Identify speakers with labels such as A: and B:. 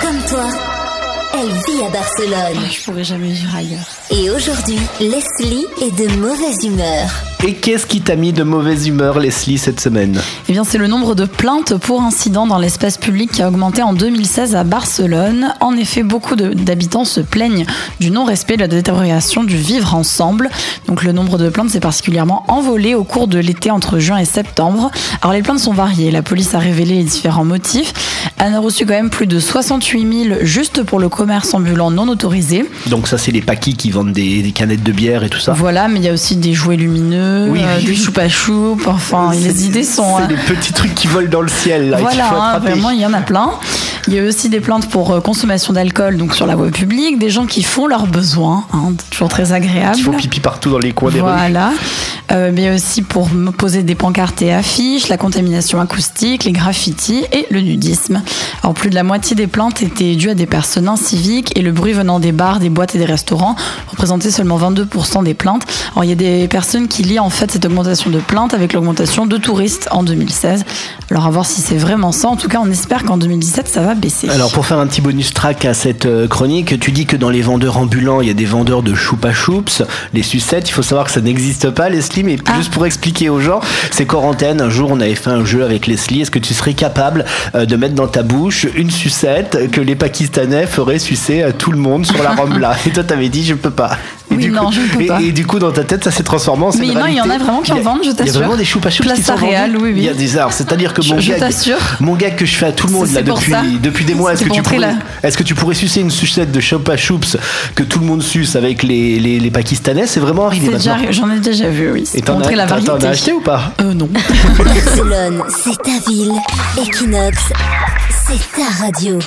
A: Comme toi, elle vit à Barcelone.
B: Ah, je pourrais jamais vivre ailleurs.
A: Et aujourd'hui, Leslie est de mauvaise humeur.
C: Et qu'est-ce qui t'a mis de mauvaise humeur, Leslie, cette semaine
B: Eh bien, c'est le nombre de plaintes pour incidents dans l'espace public qui a augmenté en 2016 à Barcelone. En effet, beaucoup de- d'habitants se plaignent du non-respect de la détérioration du vivre ensemble. Donc, le nombre de plaintes s'est particulièrement envolé au cours de l'été entre juin et septembre. Alors, les plaintes sont variées. La police a révélé les différents motifs. Elle en a reçu quand même plus de 68 000 juste pour le commerce ambulant non autorisé.
C: Donc ça, c'est les paquis qui vendent des, des canettes de bière et tout ça.
B: Voilà, mais il y a aussi des jouets lumineux,
C: Bah. Oui,
B: euh,
C: oui.
B: des choupa choups, enfin, les idées sont.
C: C'est
B: hein,
C: des petits trucs qui volent dans le ciel, là, et qu'il
B: voilà,
C: faut
B: hein,
C: attraper.
B: vraiment, il y en a plein. Il y a aussi des plaintes pour euh, consommation d'alcool, donc sur la voie publique, des gens qui font leurs besoins, hein, toujours très agréable.
C: Qui font pipi partout dans les coins des rues.
B: Voilà. Euh, mais aussi pour me poser des pancartes et affiches, la contamination acoustique, les graffitis et le nudisme. Alors, plus de la moitié des plaintes étaient dues à des personnes inciviques et le bruit venant des bars, des boîtes et des restaurants représentait seulement 22% des plaintes. Alors, il y a des personnes qui lient en fait cette augmentation de plaintes avec l'augmentation de touristes en 2016. Alors, à voir si c'est vraiment ça. En tout cas, on espère qu'en 2017, ça va baisser.
C: Alors pour faire un petit bonus track à cette euh, chronique, tu dis que dans les vendeurs ambulants, il y a des vendeurs de choupa choups, les sucettes, il faut savoir que ça n'existe pas Leslie, mais
B: Ah.
C: juste pour expliquer aux gens, c'est quarantaine, un jour on avait fait un jeu avec Leslie, est-ce que tu serais capable euh, de mettre dans ta bouche une sucette que les Pakistanais feraient sucer à tout le monde sur la Rambla Et toi t'avais dit je peux pas. Et
B: Oui,
C: du
B: non,
C: coup-
B: je ne peux
C: et-
B: pas.
C: Et, du coup dans ta tête ça s'est transformé en c'est
B: Mais
C: une
B: non, il y en
C: réalité.
B: a vraiment qui en
C: Il y a-
B: vendent, je
C: Il y a
B: t'assure.
C: vraiment des choupa choups
B: Place
C: qui sont
B: à Réal,
C: vendus.
B: oui, oui.
C: Il y a des arts, c'est-à-dire que
B: Je-
C: mon
B: je
C: gars,
B: t'assure.
C: mon gag que je fais à tout le monde
B: C'est
C: là
B: pour
C: depuis,
B: ça.
C: depuis des mois, est-ce
B: C'était
C: que tu
B: pour montrer
C: pourrais,
B: la-
C: est-ce que tu pourrais sucer une sucette de Chopa Choups que tout le monde suce avec les, les, les Pakistanais C'est vraiment arrivé
B: C'est
C: maintenant.
B: déjà- J'en ai déjà vu, oui.
C: Et
B: C'est pour
C: t'en as,
B: montrer la
C: t'en- t'en as
B: variété.
C: acheté ou pas
B: Euh, non.
A: Barcelone, c'est ta ville. Equinox, c'est ta radio.